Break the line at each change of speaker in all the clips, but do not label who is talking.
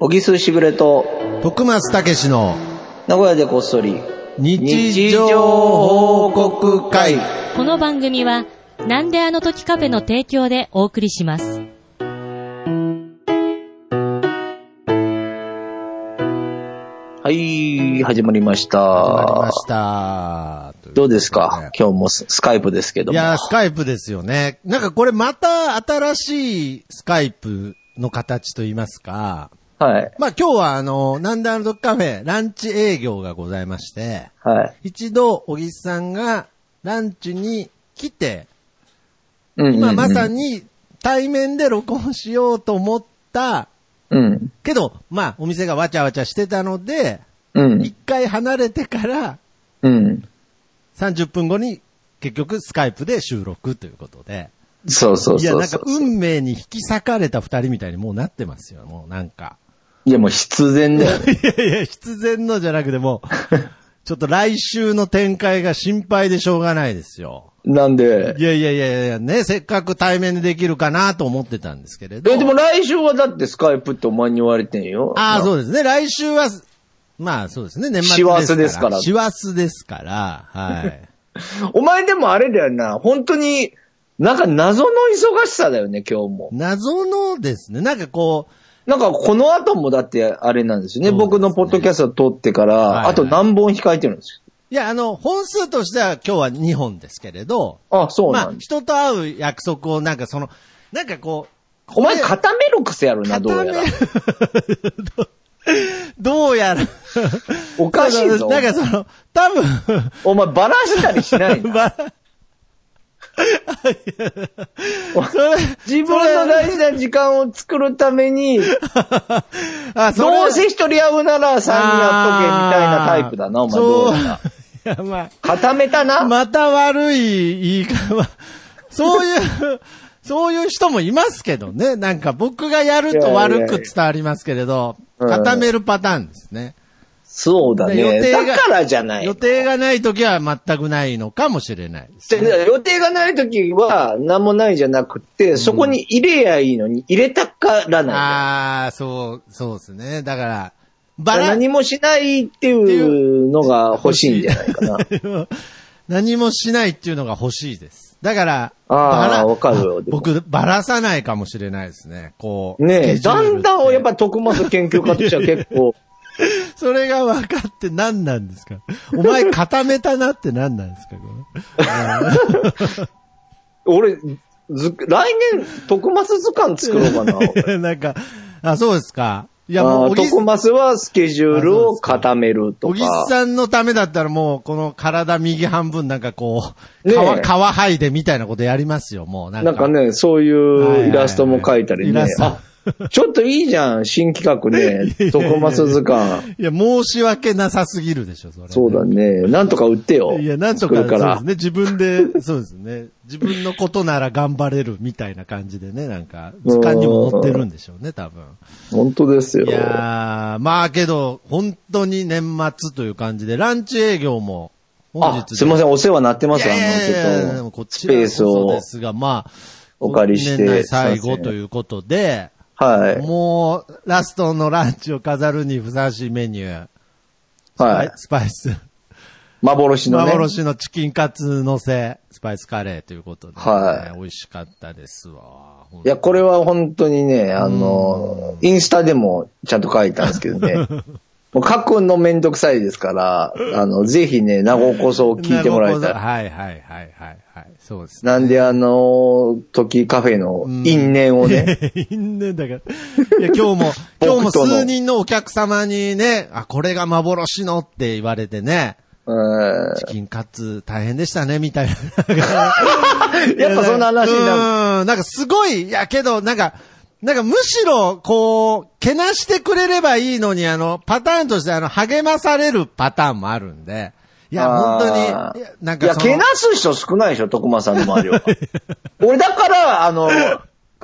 小木須しぶれと、
徳松たけしの
名古屋でこっそり、
日常報告会。
この番組は、なんであの時カフェの提供でお送りします。
はい、始まりまし
始まり
た
ま。した。
どうですか今日もススカイプですけど
い
も。
やー、スカイプですよね。なんかこれまた新しいスカイプの形といいますか。
はい、
まあ今日はあの、なんであの時カフェ、ランチ営業がございまして、
はい。
一度、小木さんがランチに来て、
うんうんうん
今まさ。に対面で録音しようと思った、
うん。
けど、まあお店がわちゃわちゃしてたので、
うん
一。回離れてから
うん。
30分後に結局スカイプで収録ということで。
そうそう
いや、
そう
なん
そ
か
う。
運命に引き裂かれた二人みたいにもうなってますよ、もうな んか。
いや、もう必然だよね。
いやいや、必然のじゃなくてもう、ちょっと来週の展開が心配でしょうがないですよ。
なんで
い。やいやいやいや、ね、せっかく対面でできるかなと思ってたんですけれど。
え、でも来週はだってスカイプってお前に言われてんよ。
ああ、そうですね。来週は、まあそうですね、年末
師走ですから
師走ですから、 はい。
お前でもあれだよな、本当に、なんか謎の忙しさだよね、今日も。
謎のですね、なんかこう、
なんかこの後もだってあれなんですよね。
そうですね
僕のポッドキャスト撮ってから、
いはい
あと何本控えてるんです
いや、あの、本数としては今日は2本ですけれど、
よ。あ、そう
ま
な
あ
ん、です。
人と会う約束をなんかその、なんかこう、
お前固める癖やるな、どうやら。
どうやら、
おかしいぞ。
なんかその、多分、
お前バラしたりしないの
ば それ
自分の大事な時間を作るために、
あ、それ
どうせ一人会うなら三人やっとけみたいなタイプだな、お前どうやら。
そういや、ま
固めた
あ、
な。
また悪い言い方は、そういう、そういう人もいますけどね。なんか僕がやると悪く伝わりますけれど、
いやいや
固めるパターンですね。
そうだ
予
ね。
定が
だからじゃない。
予定がない時は全くないのかもしれないです
じゃあ予定がないときは、何もないじゃなくて、そこに入れやいいのに、入れたからな
ああ、そう、そうですね。だか
い
ら、バ
んだよ。
ラ、
何もしないっていうのが欲しいんじゃないかな。
何もしないっていうのが欲しいです。だから、
あー
バラ
わかるよでも
僕、ばらさないかもしれないですね。こう。
ねえ、
スケジュー
だ
ル
んだんやっぱ徳松研究家としては結 構、
それが分かって何なんですかお前固めたなって何なんですかこ
俺、
れ
ず来年、徳松図鑑作ろうかな。
い やなんか、あ、そうですか。いや、も
あー
う、小木
徳
さん
松はスケジュールを固めると
小木
か。
さんのためだったらもう、この体右半分なんかこう、
ねえ
皮、皮剥いでみたいなことやりますよ、もう。なんか
なんかね、そういうイラストも描いたり
は
ね
いはい。はいイラ
あ
ス
ちょっといいじゃん、新企画 ね。徳松図鑑。
いや、申し訳なさすぎるでしょ、それ。
そうだね。なんとか売ってよ。
いや、なんと
作
か、
るか
そうで
ら
す。ね。自分で、そうですね。自分のことなら頑張れるみたいな感じでね、なんか、図鑑にも載ってるんでしょうね、多分。
本当ですよ。
いやー、まあけど、本当に年末という感じで、ランチ営業も、本
あ
日、で。
すいません、お世話になってます。
いやいやいや
あ
で
の、ちょ
もこ
っと、
ち
ス
ら
ペ
こ
ース
そ
を
で。すが、まあ、
お借りして
年内最後ということで、
はい。
もう、ラストのランチを飾るにふさわしいメニュー。
はい。
スパイス。
幻のね。
幻のチキンカツ乗せ、スパイスカレーということで、
はい
美味しかったですわ。
いや、これは本当にね、あの、インスタでもちゃんと書いたんですけど ね。もう書くのめんどくさいですから、あの、ぜひね、名古屋こそ聞いてもらいた
ないるほど。はいはいはいはいはい。そうですね。
なんであの、時カフェの因縁をね、
因縁だから。いや、今日も、今日も
僕との
数人のお客様にね、あ、これが幻のって言われてね、
うん
チキンカツ大変でしたね、みたいな。
やっぱそんな話になる。
なうん、なんかすごい、いやけど、なんか、なんかむしろ、こう、けなしてくれればいいのに、あの、パターンとして、あの、励まされるパターンもあるんで、いや、
あ
本当にい
ー
や、なん
いや、
かその、
けなす人少ないでしょ、徳間さんの周りは。俺だから、あの、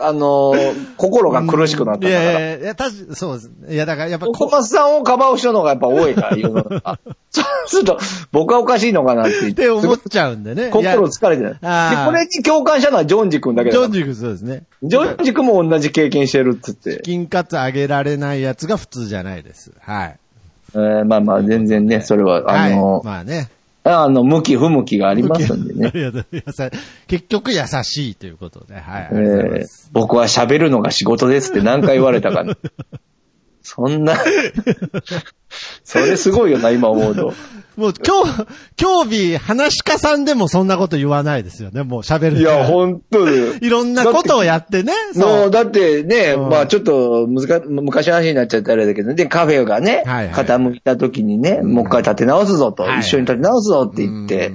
あの、心が苦しくなったん
い
だ
やい
から。
やいや、確かそうです。いや、だからやっぱ
小
こ、
松さんをかばう人の方がやっぱ多いから、世の 中そうすると、僕はおかしいのかなって言っ
って
て、
思っちゃうんでね。いや
心疲れてない。
あ
で、
ー
これに共感したのはジョンジ君だけ
ジ
だから
ョン。ジ君そうですね。
ジョンジ君も同じ経験してるっつって。
金カツあげられないやつが普通じゃないです。はい。
えーまあまあ、全然ね、それは、あ
はい
の。、
まあね。
あの、向き不向きがありますんで ね。
いや優結局優しいということで。はい。あ
え
りがとうござい
ー
ます。
僕は喋るのが仕事ですって何回言われた か、ね、そんな、 それすごいよな、今思うと。
もう今日、今日日、話し家さんでもそんなこと言わないですよね。もう喋る。
いや、本当に。
いろんなことをやってね。
も、
そうう。
だってね、
うん
まあちょっと難か、昔の話になっちゃったあれだけど、で、カフェがね、
はいはい
傾いた時にね、もう一回立て直すぞと、
はい
一緒に立て直すぞって言って、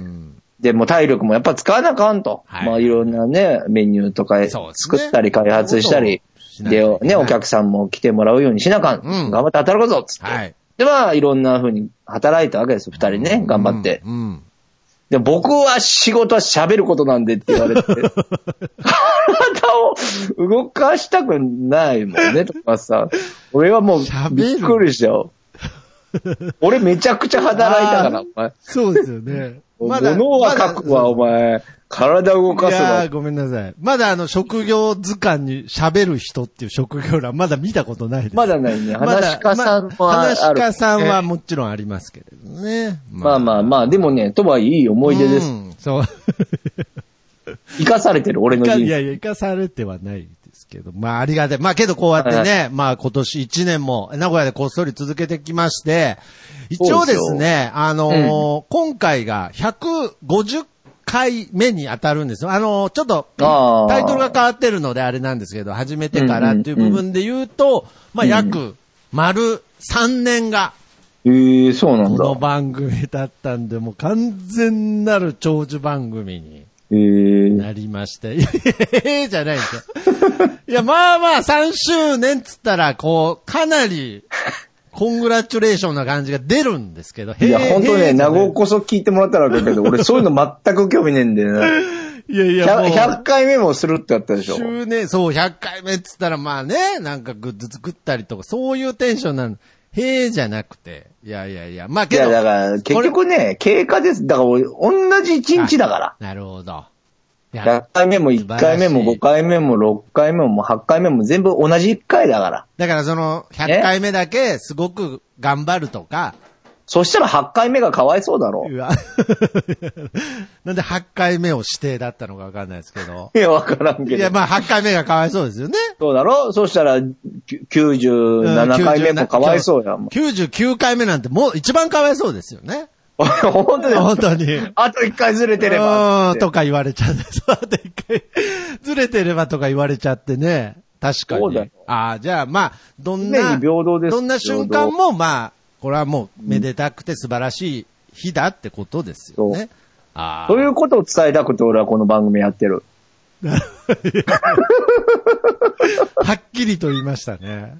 で、もう体力もやっぱ使わなあかんと、
はい
まあいろんなね、メニューとか
そうですね
作ったり開発したり、
そうい
で
うことをしなきゃいけな
ね、
い、
お客さんも来てもらうようにしなあかん。
うん
頑張って働くぞっつって。
はい。
で、まあいろんな風に働いたわけですよ、二人ね、頑張って。
うん。うん
で、僕は仕事は喋ることなんでって言われて、体を動かしたくないもんね、とかさ。俺はもう
喋、る
びっくりしたよ。俺めちゃくちゃ働いたから、
そうですよ ね。
お前。物は書くわ、お前。体動か
い
す
やー
わ。
ごめんなさい。まだあの、職業図鑑に喋る人っていう職業欄、まだ見たことないです。
まだないね。
まだ、
話し家さん
ま
はあ
話
る。
し家さんはもちろんありますけれどね。
まあまあまあ、でもね、とはいいい思
あ
い出で
う
す。
んそう。
生かされてる、 俺の
い
人
やい
生。
や、生かされてはないですけど、まあありがたい。まあけどこうやって
はい
ね、まあ今年1年も名古屋でこっそり続けてきまして、一応です
そう
ね、あのー今回が150回目に当たるんですよ。あのーちょっと、
あー
タイトルが変わってるのであれなんですけど、始めてからっていう部分で言うと、まあ約丸3年が、
えー、そうなん
こ
だ。
の番組だったんで、もう完全なる長寿番組に。
えー、
なりまして。 ええじゃない んですよ。いや、まあまあ、3周年っつったら、こう、かなり、コングラチュレーションな感じが出るんですけど、
いや、本当
へ
ね、
ー
名護こそ聞いてもらったらわかるけど、俺そういうの全く興味ねえんだよな。
いやいや、もう
100, 100回目もするってあったでしょ。
周年、そう、100回目っつったら、まあね、なんかグッズ作ったりとか、そういうテンションなの。へえじゃなくて。いやいやいや、まあ
い
けど。
や、だから、結局ね、経過です。だから、俺同じ1日だから。
なるほど。い
100
や、
回目も1回目も
素晴らしい
5回目も6回目も8回目も全部同じ1回だから。
だからその、100回目だけ、すごく頑張るとか、
そしたら8回目がかわいそうだろ
う。わ。 なんで8回目を指定だったのかわかんないですけど。
いや、わからん
い
け
や、
ど。
まあ8回目がかわいそうですよね。
そうだろそしたら、97回目もかわいそうやもん。
99回目なんてもう一番かわいそうですよね。
本当だよ
本。当に。
あと1回ずれてれば
う
っ
ーん
て。
とか言われちゃって、そうあと一回、ずれてればとか言われちゃってね。確か
そうだよ
に。ああ、じゃあまあ、どん
常
な、
に平等です
どんな瞬間もまあ、これはもうめでたくて素晴らしい日だってことですよ
そ
ね。ああ。
ということを伝えたくて俺はこの番組やってる。
はっきりと言いましたね。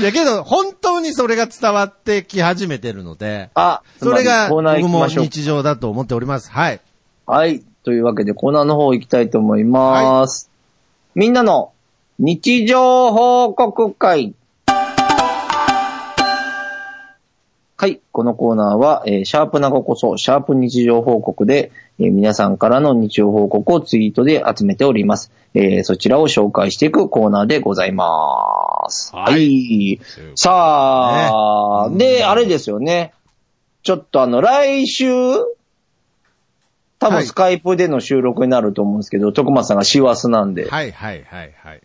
いやけど、本当にそれが伝わってき始めてるので、
あ、
それが
つまり
僕
コーナー行き
も
ましょうか
日常だと思っております。はい。
はい。というわけでコーナーの方行きたいと思います。みんなの日常報告会。はい。このコーナーは、えーシャープなごこそ、シャープ日常報告で、えー皆さんからの日常報告をツイートで集めております。えーそちらを紹介していくコーナーでございます。
はい
はい、さあ、で、あれですよね。ちょっとあの、来週、多
は
分
い
スカイプでの収録になると思うんですけど、徳松さんが師走なんで、
はいはいはいはい。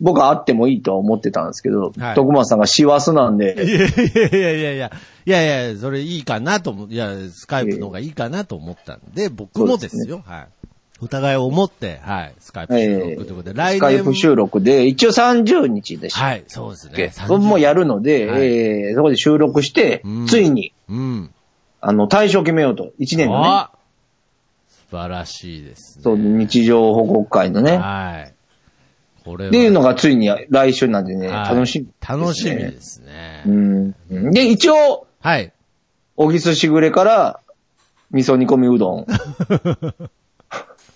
僕は会ってもいいとは思ってたんですけど、
はい
徳松さんが師走なん
い
で、
やいやいやいやいや、いやいや、それいいかなと思、いや、スカイプの方がいいかなと思ったんで、僕もですよ、はい。お互いを思って、はい、スカイ
え
プ収
ー
録ということで、
ス
来
カイ
年
プ
も。
収録で、一応30日でしたっ
はい、そうです
け、
ね。
僕もや
る。
るので、
はい
えーそこで収録して、
うん
ついに、
うん。
あの、対象決めようと、1年のね、
あ素晴らしいですね。
そう日常報告会のね、
はい。これは
っていうのがついに来週なんでね、
はい
楽しみ、
楽しみですね。
うん。で、一応、
はい。
おぎすしぐれから、 味噌煮込みうどん。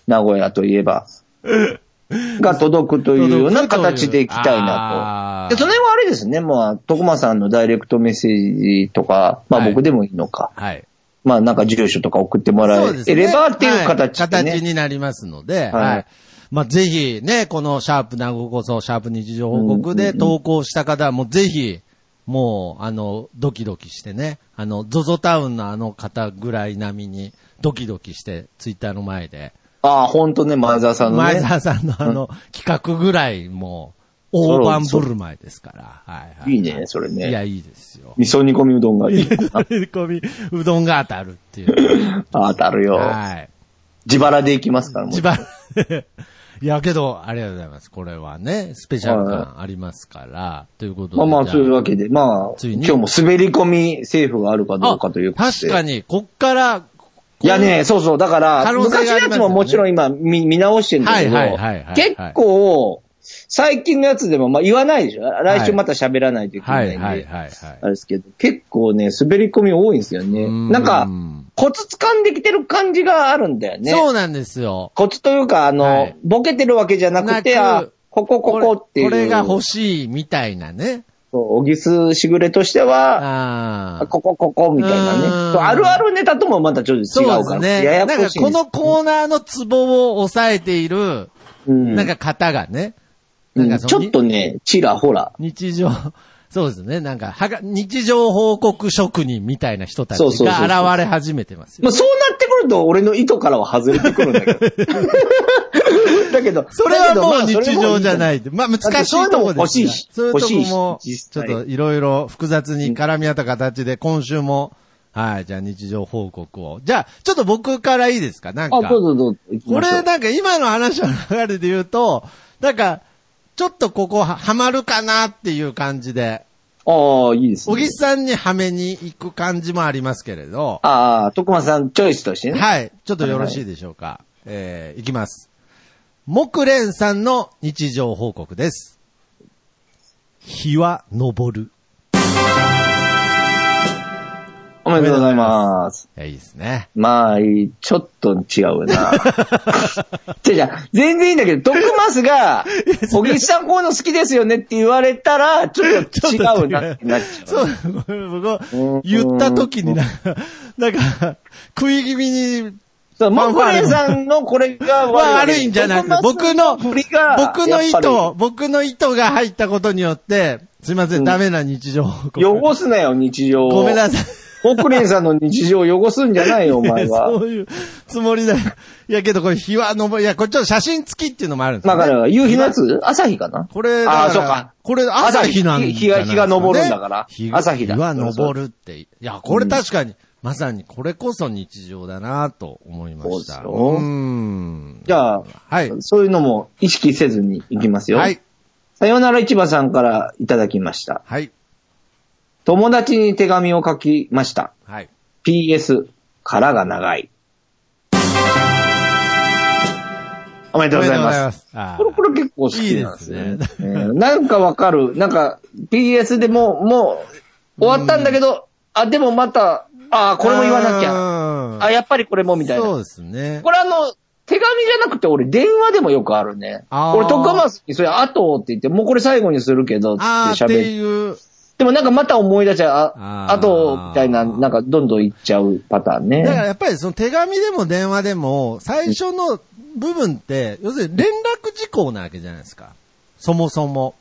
名古屋といえば。が届くというような
届くという
形でいきたいな
あ
と。
ー
で、その辺はあれですね、まあ、徳間さんのダイレクトメッセージとか、まあ
はい
僕でもいいのか、
はい。
まあなんか住所とか送ってもら
そうです
え
ね
ればっていう形
は
でね。
形になりますので、
い
はい。まあ、ぜひね、このシャープなごこそ、シャープ日常報告で投稿した方はもうぜひ、もう、あの、ドキドキしてね、あの、ゾゾタウンのあの方ぐらい並みに、ドキドキして、ツイッターの前で、
ああ、本当ね、前澤さんの
前
ね。
澤さんのあの、企画ぐらい、もう、大盤振る舞いですから、はいはい。
いいね、それ
いや、
ね。
いいですよ。
味噌煮込みうどんが 一個
飛び込み、うどんが当たるっていう。
あ当たるよ。
はい。
自腹で行きますから、もう
一。番。 いや、けど、ありがとうございます。これはね、スペシャル
は
感ありますから、ということで。
まあまあ、
じゃ
そういうわけで、まあ、
つい
今
に
日も滑り込み政府があるかどうかということで。
確かに、こっから、
いやね、そうそう。だから、
可能性があ
昔の
りますよね
やつももちろん今見見直してるんだけど、
はいはいはいはい
結構、最近のやつでも、まあ言わないでしょ来週また喋らないといけ
は
ないん
い
で。
はいはいはい。
あれですけど、結構ね、滑り込み多いんですよね。
うん
なんか、コツ掴んできてる感じがあるんだよね。
そうなんですよ。
コツというか、あの、
はい
ボケてるわけじゃなくて、
な
あ、
く
ここ、ここっていう。
これが欲しいみたいなね。
そう小木須しぐれとしては、
ああ。
ここ、ここ、みたいなね。
うん
そうあるあるネタともまたちょっと違
そう
う
で
か
す
ら。
ね。
やや
なん
こ
か
しいんです
このコーナーのツボを抑えている、
うん
なんか方がね、
う
なんんか
ち
その
ょっとね、ちらほら。
日常、 そうですね。なんか、はが、日常報告職人みたいな人たち
そうそうそうそう
が現れ始めてますよ。
まあ、そうなってくると、俺の意図からは外れてくるんだけ ど。だけど、
それはもう
だけ
日
どまあ。
常じゃないい。まあ難しいとこです
そうい
が
うのも欲しいし
そう
欲
い
しいし
うとこも、ちょっといろいろ複雑に絡み合った形で、今週も、はい、じゃあ日常報告を。じゃあ、ちょっと僕からいいですかなんか。
あ、どうぞどうぞ。行き
こ
ましょ
れ
う
なんか今の話の流れで言うと、なんか、ちょっとここははまるかなっていう感じで、
ああ、いいです
小
ね
木。さんにはめに行く感じもありますけれど、
ああ、徳間さん、チョイスとしてね。
はい、ちょっとよろしいでしょうか。えー、いきます。木蓮さんの日常報告です。日は昇る。
おめでとうございます。
いや、いいですね。
まあ、いいちょっと違う な。じゃじゃ全然いいんだけど、徳マスが、小木さんこういうの好きですよねって言われたら、ちょっと違うなってなっちゃう。
そう、 僕は言った時になんか、なんか、食い気味に
そう、モ
ファン
ク
ファーレ
レさんのこれが
は
悪
悪いんじゃなくて、僕の、
僕
僕の意図、
を
僕の意図が入ったことによって、すいません、ダメな日常報告。
汚すなよ、日常を。
ごめんなさい。
モクレンさんの日常を汚すんじゃない よ、お前
いや
は。
そういうつもりだ。いや、けどこれ日は昇り、いや、これちょっと写真付きっていうのもあるんです
ま
よ、
あ、
ね。
だから、夕日のやつ朝日かな
これ、
あ
だ
あ、
ら
そうか。
これ朝日なん
朝日日が日が昇るんだから朝日だ
日は昇るって。いや、これ確かに、まさにこれこそ日常だなと思いまし
そうで
た。
しょ
ん。
じゃあ、
はい。
そういうのも意識せずにいきますよ。
はい。
さよなら市場さんからいただきました。
はい。
友達に手紙を書きました。
はい。
PS、殻が長い。おめでとうございます。
す。あ
これ、これ結構好きなんです
い
ね
いです。
えーなんかわかる。なんか、PS でもう、もう、終わったんだけど、あ、でもまた、あーこれも言わなきゃ。
ゃ
あ、やっぱりこれもみたい
そう
な。
ですね。
これあの、手紙じゃなくて俺電話でもよくあるね。
あー
俺トッカマスにそれ後って言って、もうこれ最後にするけどって
あーっ
喋
て
る。
いう。
でもなんかまた思い出しちゃう。あ、
あー
後みたいな、なんかどんどんいっちゃうパターンね。
だからやっぱりその手紙でも電話でも、最初の部分って、要するに連絡事項なわけじゃないですか。そもそも。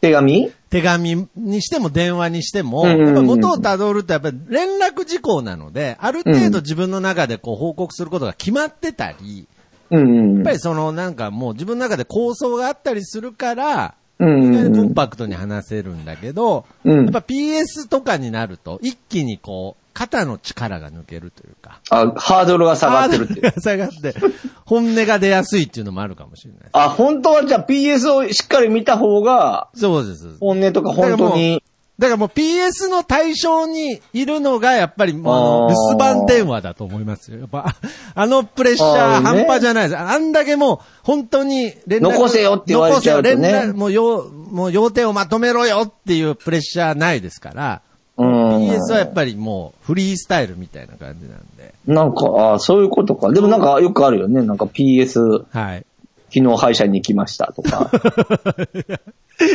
手紙
手紙にしても電話にしても、
うんうんうん
やっぱ元をたどるとやっぱり連絡事項なので、ある程度自分の中でこう報告することが決まってたり、
うんうん。
やっぱりそのなんかもう自分の中で構想があったりするから、
うんうんうん
コンパクトに話せるんだけど、
うん
やっぱ PS とかになると、一気にこう、肩の力が抜けるというか、
あ、ハードルが下がってるっていう。
あ 下がって、本音が出やすいっていうのもあるかもしれない。
あ、本当はじゃあ PS をしっかり見た方が、
そうです。
本音とか本当に。
だからもう PS の対象にいるのが、やっぱりもうあ
あ
の
ー
留守番電話だと思いますよ。やっぱ、あのプレッシャ
あ
ー
ーね
半端じゃないです。あんだけもう、本当に連絡。
残せよって言われちゃうとね
残せよ連絡もう要、もう要点をまとめろよっていうプレッシャーないですから、
うん。
PS はやっぱりもうフリースタイルみたいな感じなんで。
なんか、あそういうことか。でもなんかよくあるよね。なんか PS、
はい。
昨日歯医者に行きましたと か。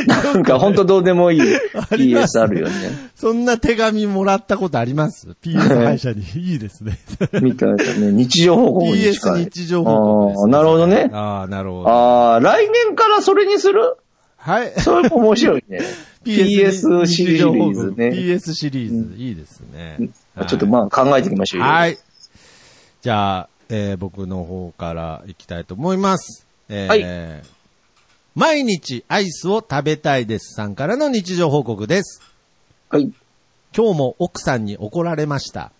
なんか本当どうでもいい PS あるよね。
そんな手紙もらったことあります ?PS 会社に。いいです ね。
みたいなね。日常報告に近
PS
い。
日常報告です、
あーなるほどね。
ああ、なるほど。
ああ、来年からそれにする
はい。
それも面白いね。PS シリーズね
PS シリーズ、いいですね。はい
ちょっとまあ考えていきましょうよ。
はい。じゃあ、えー僕の方からいきたいと思います。えー毎日アイスを食べたいですさんからの日常報告です。
はい。
今日も奥さんに怒られました。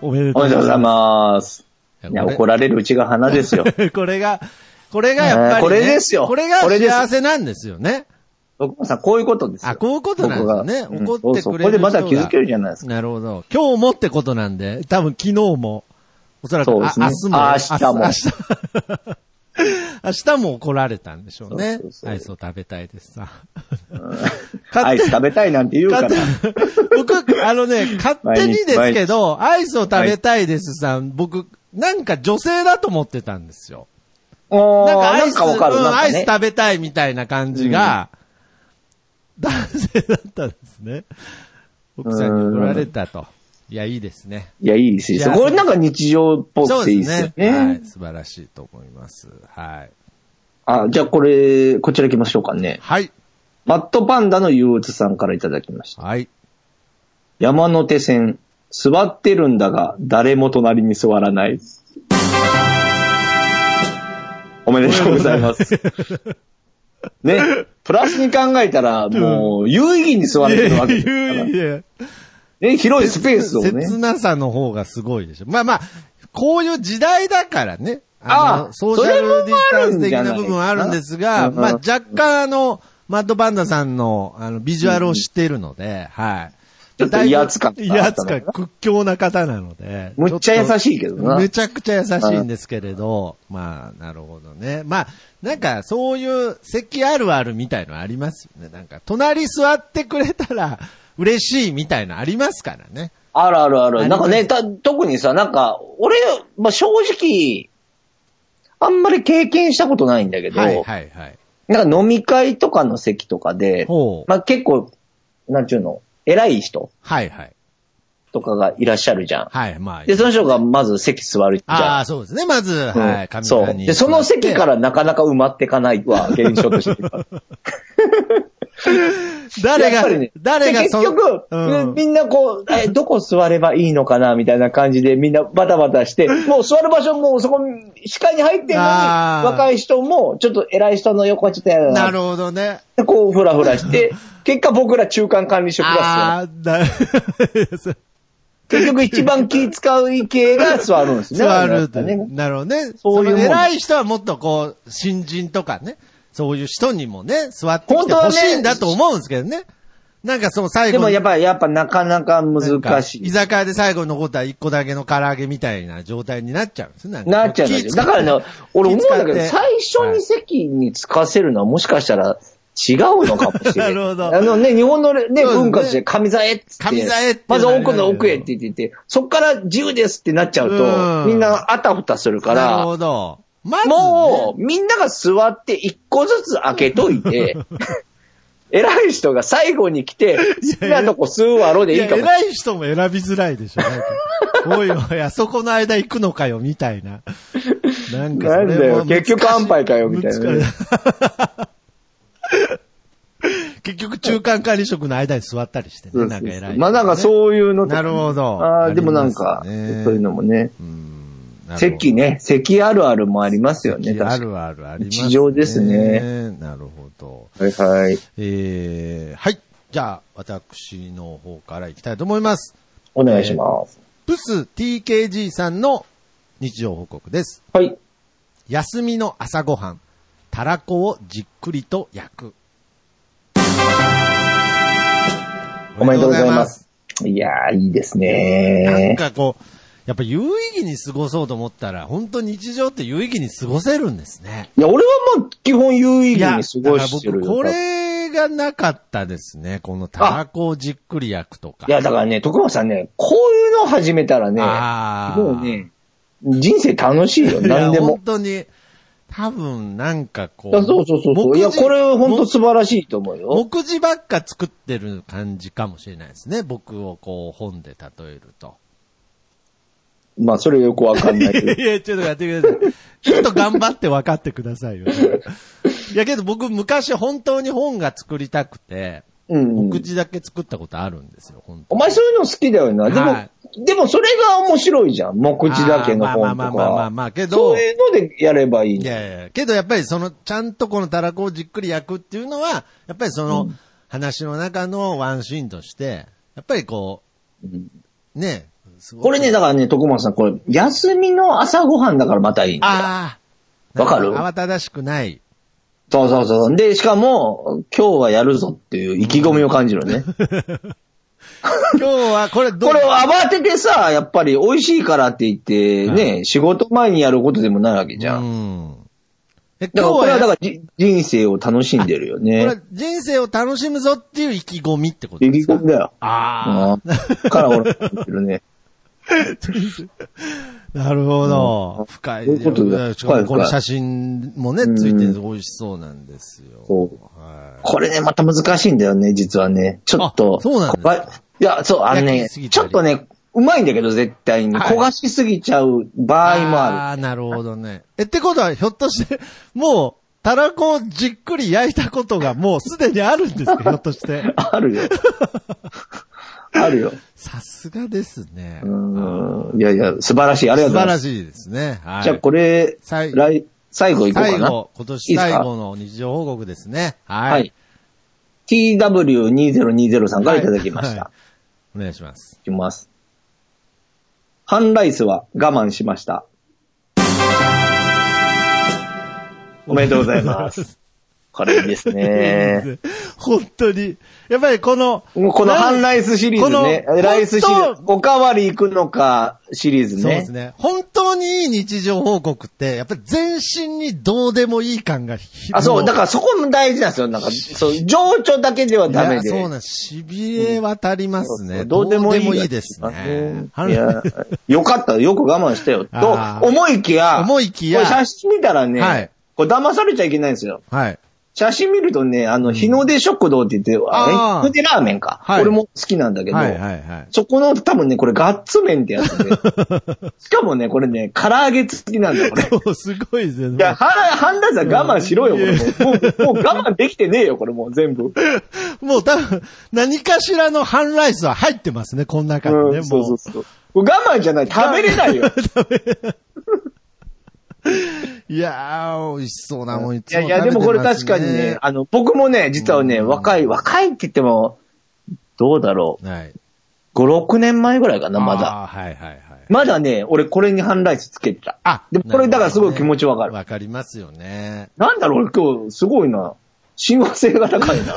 おめで
お
と
め
う
でとうご
ござ
ざ
い
い
ま
ます。
す。
いや、怒られるうちが花ですよ。
れこれが、これがや
えー
っぱり、ね
これですよ
これが
これです
幸せなんですよね。
僕もさん、こういうことですよ。
あ、こういうことなんですね。
僕が
怒ってく
う
れる人が、
んそうそうここでまだ気づけるじゃないですか。
なるほど。今日もってことなんで、多分昨日も、おそらく、
そうで
あ
すね
明日も、
あ明日も
明日明日も怒られたんでしょうね。
そうそうそう
アイスを食べたいですさ。
アイス食べたいなんて言うから。
勝手僕、あのね、 勝手にですけど、アイスを食べたいですさん、僕、なんか女性だと思ってたんですよ。
お
な
ー
んかアイ
なん
ス、
かわかる。
うん
なん
ア
か
イス
ね。
食べたいみたいな感じが、男性だったんですね。奥さんに怒られたと。いや、いいですね。
いや、いいです
い
よ。
や
そこなんか日常っぽ
そ
く
う
ていい
で
ですよ
す
ね。
ね。はい。素晴らしいと思います。はい。
あ、じゃあこれ、こちら行きましょうかね。
はい。
マットパンダの憂鬱さんからいただきました。
はい。
山手線、座ってるんだが、誰も隣に座らない。おめでとうござい ます。ね、プラスに考えたら、もう、有意義に座れてるわけですから。
いやいや
ね、広いスペースをね。
切なさの方がすごいでしょ。まあまあ、こういう時代だからね。
ああ
のソーシャルディスタンス的な部分はあ
それもあ
る
るんじゃな
ん
いですか
ですが、
うん
まあ若干あの、マッドバンダさんの、あの、ビジュアルを知っているので、はい。
ちょっと威圧感があったのか
威
な
圧感、屈強な方なので。
むっちゃ
ちょ
優
と
しいけどな。
めちゃくちゃ優しいんですけれど、まあ、なるほどね。まあ、なんか、そういう席あるあるみたいのありますよね。なんか、隣座ってくれたら嬉しいみたいのありますからね。
あるあるあ
あり
る。
ま
なんか
す
ね、た、特にさ、なんか、俺、まあ、正直、あんまり経験したことないんだけど、
はいはいはい。
なんか飲み会とかの席とかで、
ほう。
まあ、結構、なんちゅうの、偉い人
はいはい。
とかがいらっしゃるじゃん。
はい、まあ。
で、その人がまず席座るじ
あ
ゃ
あ、
ん。
そうですね。まず、
うん
はい、神
そう。
に。
で、その席か。らなかなか埋まっていかないは、現象として。
誰
やっ
が
ぱりね、
誰が
で
そ
結局、
うん
みんなこう、え、どこ座ればいいのかな、みたいな感じで、みんなバタバタして、 もう座る場所もそこ、視界に入ってるのに、
あー
若い人も、ちょっと偉い人の横はちょっとやだな。
なるほどね。
でこう、ふらふら して、結果僕ら中間管理職が
ああ、だ、
座る。結局一番気使う系が座るんですね。
座る
あ
と。
れなんかね。
なるほどね。
そういうもん
の偉い人はもっとこう、新人とかね、そういう人にもね、座ってき
本
て
当は
ほ
ね
しいんだと思うんですけどね。なんかその最後
で
に
もやっぱ、やっぱなかなか
なんか
難し
居
い。
酒屋で最後に残った一個だけの唐揚げみたいな状態になっちゃうんですね。んか
なっちゃうんだけ
気
ど。
使
だ
っ
からね、俺思うんだけど、
気使って
最初に席につかせるのはもしかしたら違うのかもしれない。
なるほど
あのね、日本のね、
そうですね
文化として、神座へっつって。
神座へって
まず奥の奥へっ
なる
て言ってて、そっから自由ですってなっちゃう
うん
と、みんなあたふたするか
なる
ら、
ほど。まずね、
もう、みんなが座って一個ずつ開けとい て、偉い人が最後に来て、好きなとこ吸うわろうでいいかもしれない。
や、偉い人も選びづらいでしょ。なんかおい おい、あそこの間行くのかよ、みたいな。なんかそれ
なん
も
だよ
難し
結局安牌かよみたいなね
難しい 結局中間管理職の間に座ったりして
そ
ね、
う
な
そ
ん
う
か偉い人
そ
ね、
うまあなんかそういうのと
なるほど
あ
あ
あ、
りますね
でもなんか、そういうのもね。
うんなるほど
席ね、席あるあるもありますよね、
あ
確か
るあるあります、
日常ですね。
なるほど。
に。はいはい。
えー、はい。じゃあ、私の方から行きたいと思います。
お願いします。
プス TKG さんの日常報告です。
はい。
休みの朝ごはん、たらこをじっくりと焼く。
おめでとうございます。。いやー、いいです
なん
ね。
かこう、やっぱ有意義に過ごそうと思ったら、本当日常って有意義に過ごせるんですね。
いや、俺はまあ、基本有意
い
義
や、
に過ごしてる
僕
よ。
こ
多分
れがなかったですね。このたらこをじっくり焼くとか。
いや、だからね、徳間さんね、こういうのを始めたらね、
あー
もうね、人生楽しいよ、
いや
何でも
本。当に、多分なんかこ。
いうやそうそうそうそう。いや、これ本当素晴らしいと思うよ。
目次ばっか作ってる感じかもしれないですね。僕をこう本で例えると。
まあ、それよくわかんないけど。
いや、ちょっとやってください。ちょっと頑張って分かってくださいよ。いやけど僕昔本当に本が作りたくて、
うん
目。次だけ作ったことあるんですよ、本当
お前そういうの好きだよな。でも、
は
でもそれが面白いじゃん。目次だけの
あ
本
ー
とか。
まあまあまあまあまあけど
そういうのでやればいい
い
じゃん。
やいや、けどやっぱりその、ちゃんとこのたらこをじっくり焼くっていうのは、やっぱりその、話の中のワンシーンとして、やっぱりこう、ね、すごく
これね、だからね、徳松さん、これ、休みの朝ごはんだからまたいいんだよ
ああ、
わかる
なん慌ただしくない。
そうそうそう。で、しかも、今日はやるぞっていう意気込みを感じるね。
今日はこれどう
これを慌ててさ、やっぱり美味しいからって言って、ね、仕事前にやることでもないわけじゃ。
うんん。え、
だから
今日
こ
は
れは
や、
だ
こ
からじ人生を楽しんでるよね。
れは人生を楽しむぞっていう意気込みってこと
意
で
気
すか
込みだよ。
あ
ああ。から俺、言ってるね。
あ、なるほど。深い。
そういうことだ
しか
深い深
も
い
この写真もね、ついてて美味しそうなんですよ。
そう
はい。
これね、また難しいんだよね、実はね。ちょっと。
あそうなんですか
こわいや、そう、あのね、
焼きすぎ
ち
た
ょ
り
っとね、うまいんだけど、絶対に。
はい
焦がしすぎちゃう場合もある。
あーなるほどね。え、ってことは、ひょっとして、もう、たらこをじっくり焼いたことがもうすでにあるんです かひょっとして。
あ るよ。あるよ。
さすがですね
う。ーん。いやいや、素晴らしい。ありがと
素
うござい
晴
ま
ら
す。
しいですね。はい。
じゃあ、これ、
最
来、最後いこうか
最
な。
後、今年最後の日常報告ですね。はい。
はい。TW2020 さんからいただきました。
はいお願いします。
いきます。ハンライスは我慢しました。おめでとうございます。 これいいですね。
本当に。やっぱりこの、
もうこのハンライスシリーズね
こ。の
ライスシリーズ
本。
おかわり行くのかシリーズね。
そうですね。本当にいい日常報告って、やっぱり全身にどうでもいい感がひ
あ、そう。だ
ら
からそこも大事なんですよ。なんか、そう、情緒だけではダメで。
いやそうなん、痺れ渡りますね。
どうでもいいが。
ですね。
いや、よかった。よく我慢したよ。
あー
と、思いきや、
思いきや
これ写真見たらね、
はい
これ騙されちゃいけないんですよ。
はい。
写真見るとね、あの、日の出食堂って言って、
あー
あれ日の出ラーメンか。
はい
俺も好きなんだけど、
はいはいはい。
そこの多分ね、これガッツ麺ってやつ で、しかもね、これね、唐揚げ付きなんだよ、これ。
そう、すごいですね。
いや、はハンダさん我慢しろよ、これもう。もう、もう我慢できてねえよ、これもう全部。
もう多分、何かしらのハンライスは入ってますね、この中に
う
ね。
ん、そう
も
そうう。そう。これ我慢じゃない、食べれないよ。
いやー、美味しそうなもんい
い
つ
や
も
いや、でもこれ確かにね、あの、僕もね、実はね、若い、若いって言っても、どうだろう。
ね。はい。
5、6年前ぐらいかな、まだ。
あー。はいはいはい。
まだね、俺これにハンライスつけてた。
あ
でもこれだからすごい気持ちわかる。
わかりますよね。
なんだろう、俺今日すごいな。親和性が高い な。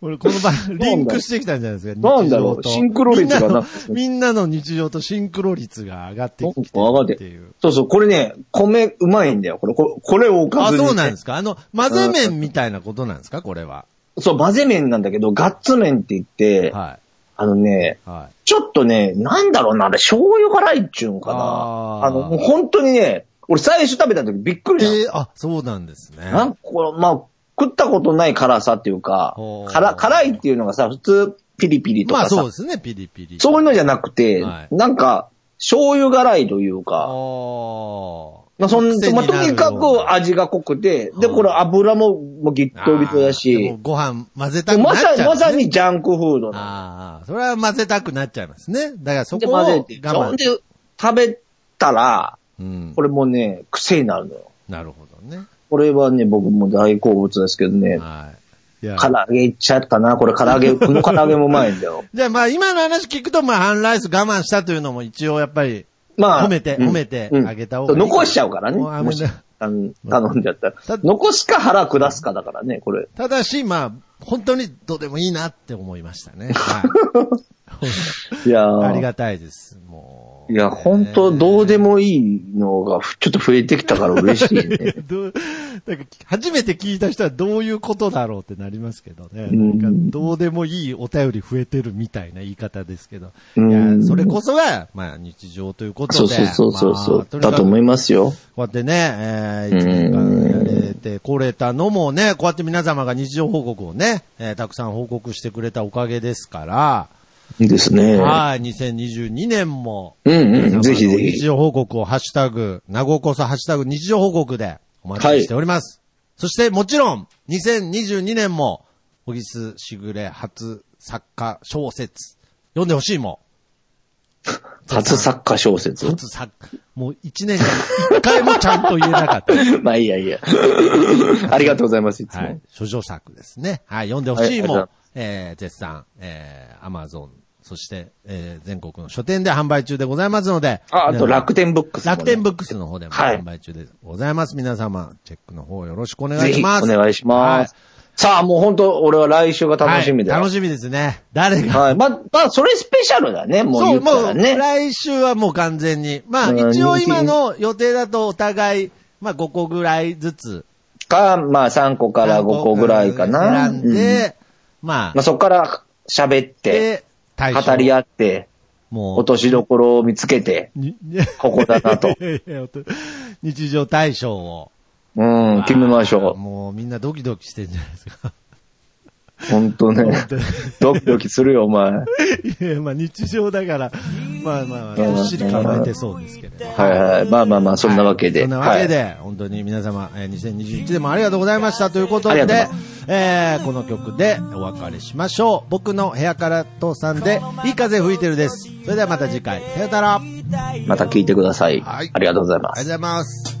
俺、この場、リンクしてきたんじゃないですか。
なんだろう
日常と
シンクロ率がなくて
みんなのみんなの日常とシンクロ率が上がってきてるっていう。
そうそう、これね、米うまいんだよ。これ、ここれをおか
あ、
ずに。
そうなんですかあの、混ぜ麺みたいなことなんですかこれは。
そう、混ぜ麺なんだけど、ガッツ麺って言って、
は
あのね
い。、はい。
ちょっとね、なんだろうな、あれ、醤油辛いっちゅうんかな。
あ
あ
ー
の、もう本当にね、俺最初食べた時びっくりした。
えー、あ、そうなんですね。
なんかこう、まあ、食ったことない辛さっていうか
ほ、う
辛、辛いっていうのがさ、普通、ピリピリと
まあ
かさ、
そうですね、ピリピリ。
そういう
う
のじゃなくて、
はい
なんか、醤油辛いという
あ
か、
ー
まあ、そん
癖に
ま
な
あ、
る
とにかく味が濃くて、で、
はい
これ油も、もうギットギットだ
あーでも
し、
ご飯混ぜたくな
ま
っちゃ
さ
う、
に、
ね。
まさ。にジャンクフードな
ああ、それは混ぜたくなっちゃいますね。だからそ
の。で、
こを
混
我
ぜて、そ
慢
ん。で、食べたら、
うん
こ。れもうね、癖になるのよ。
なるほどね。
これはね、僕も大好物ですけどね、
はい。いや
唐揚げいっちゃったな、これ唐揚 げ、この唐揚げもうまいんだよ。
じゃあまあ今の話聞くと、まあハンライス我慢したというのも一応やっぱり、
まあ。
褒めて
うん
褒めてあげた方がいい
うん残しちゃうからね。
もうあ
もし
もうね
あの頼んじゃったら
だ。
残すか腹下すかだからね、これ。
ただしまあ、本当にどうで もいいなって思いましたね。はい。
いやー
ありがたいです。も
いや、本当どうでもいいのがふちょっと増えてきたから嬉しい ね。
どうなんか初めて聞いた人はどういうことだろうってなりますけどね。
うん
なんかどうでもいいお便り増えてるみたいな言い方ですけど。
うん
いやそれこそが、まあ日常ということで。
そうそうそうそうそう、
まあ
だと思い
こ
ますよ。
うやってね、えー、1年間やれてこれたのもね、こうやって皆様が日常報告をね、えーたくさん報告してくれたおかげですから、
いいですね。
はい、2022年も、
うんうん
皆様の
ぜひぜひ
日常報告をハッシュタグ、名護こそハッシュタグ日常報告でお待ちしております。そしてもちろん、2022年も、小木須しぐれ初作家小説、読んでほしいも
初作家小説
ん。。初作、もう1年間1回もちゃんと言えなかった。
まあいいやいいや。 ありがとうございます、いつも。
はい。諸女作ですね。はい。読んでほしいも
はいありがとう
ん、
ございま
えー、絶賛、えー、アマゾン、そして、えー、全国の書店で販売中でございますので。
あ、あと楽天ブックスもね、
楽天ブックスの方でも
はい
販売中でございます。皆様、チェックの方よろしくお願
ぜ
いし
ひお
ます。
願いします。さあ、もう本当俺は来週が
はい。
楽しみだ
はい
よ。
楽しみですね。誰が。
はい。まあ、まあ、それスペシャルだね、もう
そ
言
う、
っ
も
たら
う、
ね。
来週はもう完全に。まあ、
うん
一応今の予定だとお互い、まあ5個ぐらいずつ。
か、まあ、3個から5個ぐらいかな。
選ん
うん
で、
ま
ま
あ、
あ、
そこから喋って、
で、対象
語り合って、
もう
落としどころを見つけて、
に
ここだなと
いやいや本当日常対象を。
うん、決めましょ
もうみんなドキドキしてんじゃないですか。
う。本当ね。ドキドキするよ、お前。はい
や、まあ日常だから、まあまあまあ、
うん
ずっしり構えてそうですけれど。
いはい。まあまあまあ、そんなわけで。
そんなわけ
はい。
で、本当に皆様、えー2021年もありがとうございましたということで
ありがとうござい、
えーこの曲でお別れしましょう。僕の部屋から父さんで、いい風吹いてるです。それではまた次回、さよなら。あり
また聞いてください。
はい
ありがとうございま
がと
す
うご。ざいます。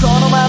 このま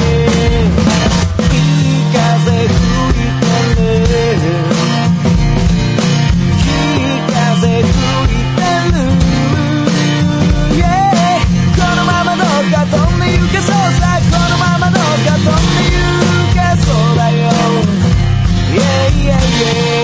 いい風吹いてるいい風吹いてる Yeah このままどうか飛んで行けそうさこのままどうか飛んで行けそうだよ Yeah yeah yeah